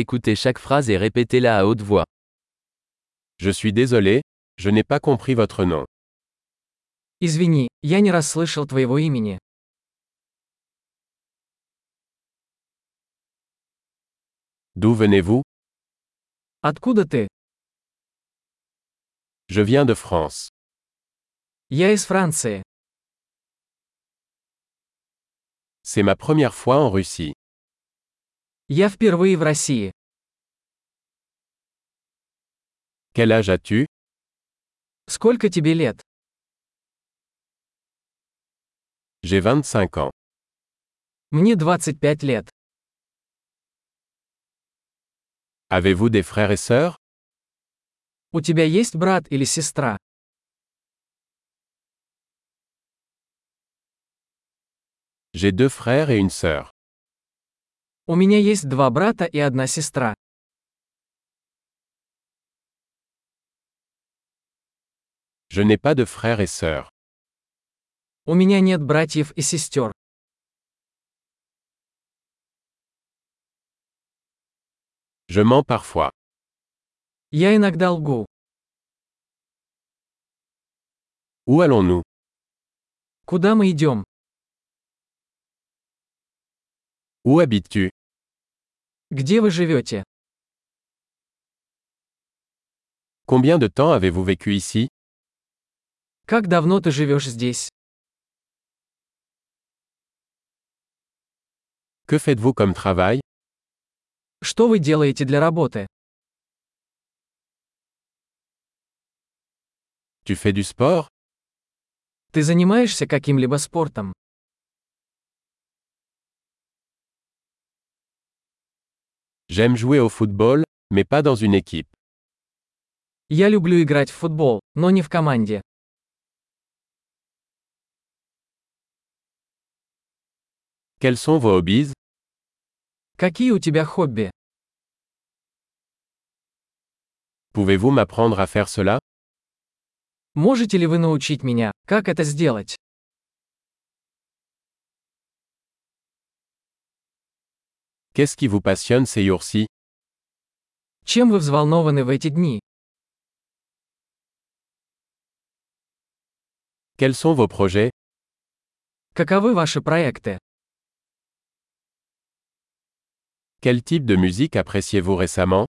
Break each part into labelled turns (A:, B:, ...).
A: Écoutez chaque phrase et répétez-la à haute voix.
B: Je suis désolé, je n'ai pas compris votre nom.
C: Извини, я не расслышал твоего имени.
B: D'où venez-vous
C: Откуда ты?
B: Je viens de France.
C: Я из Франции.
B: C'est ma première fois en Russie.
C: Я впервые в России.
B: Quel âge as-tu
C: Сколько тебе лет?
B: J'ai 25 ans.
C: Мне 25 лет.
B: Avez-vous des frères et sœurs
C: У тебя есть брат или сестра?
B: J'ai deux frères et une sœur.
C: У меня есть два брата и одна сестра.
B: Je n'ai pas de frères et sœurs.
C: У меня нет братьев и сестер.
B: Je mens parfois.
C: Я иногда лгу.
B: Où allons-nous
C: Куда мы идем?
B: Où habites-tu
C: Где вы живете?
B: Combien de temps avez-vous vécu ici
C: Как давно ты живешь здесь?
B: Que faites-vous comme travail
C: Что вы делаете для работы?
B: Tu fais du sport
C: Ты занимаешься каким-либо спортом?
B: J'aime jouer au football, mais pas dans une équipe.
C: Я люблю играть в футбол, но не в команде.
B: Quels sont vos hobbies
C: Какие у тебя хобби?
B: Pouvez-vous m'apprendre à faire cela
C: Можете ли вы научить меня, как это сделать?
B: Qu'est-ce qui vous passionne ces jours-ci
C: Чем вы взволнованы в эти дни?
B: Quels sont vos projets
C: Каковы ваши проекты?
B: Quel type de musique appréciez-vous récemment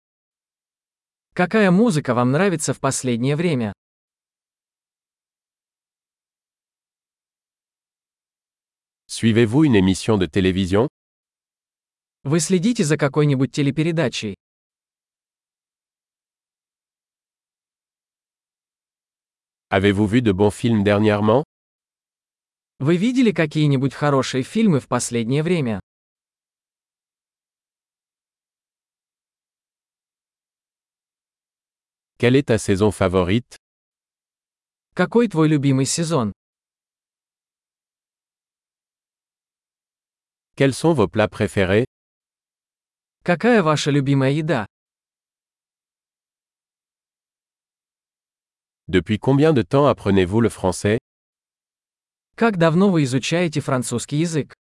C: Какая музыка вам нравится в последнее время?
B: Suivez-vous une émission de télévision
C: Вы следите за какой-нибудь телепередачей?
B: Avez-vous vu de bons films dernièrement
C: Вы видели какие-нибудь хорошие фильмы в последнее время?
B: Quelle est ta saison favorite
C: Какой твой любимый сезон?
B: Quels sont vos plats préférés
C: Какая ваша любимая еда?
B: Depuis combien de temps apprenez-vous le français
C: Как давно вы изучаете французский язык?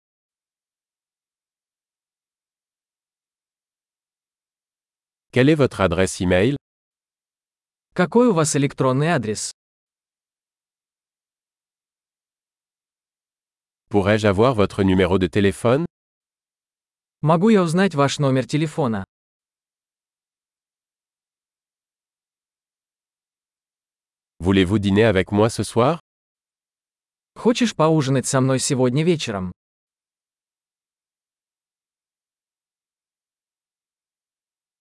B: Quelle est votre adresse e-mail
C: Какой у вас электронный адрес?
B: Pourrais-je avoir votre numéro de téléphone
C: Могу я узнать ваш номер телефона?
B: Voulez-vous dîner avec moi ce soir
C: Хочешь поужинать со мной сегодня вечером?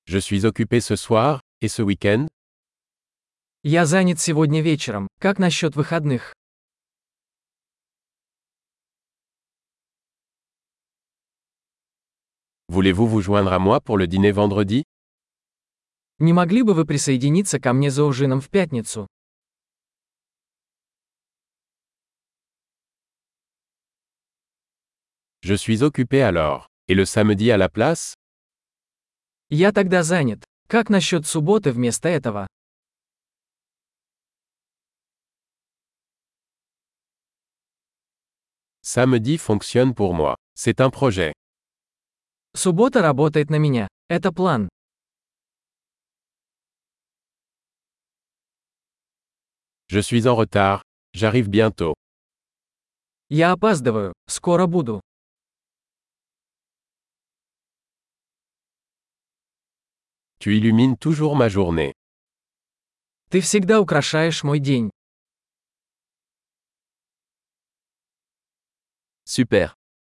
B: Je suis occupé ce soir et ce week-end.
C: Я занят сегодня вечером. Как насчет выходных?
B: Voulez-vous vous joindre à moi pour le dîner vendredi
C: Не могли бы вы присоединиться ко мне за ужином в пятницу?
B: Je suis occupé alors. Et le samedi à la place
C: Я тогда занят. Как насчет субботы вместо этого?
B: Samedi fonctionne pour moi. C'est un projet.
C: Суббота работает на меня. Это план.
B: Je suis en retard. J'arrive bientôt.
C: Я опаздываю, скоро буду.
B: Tu illumines toujours ma journée.
C: Ты всегда украшаешь мой день.
A: Super.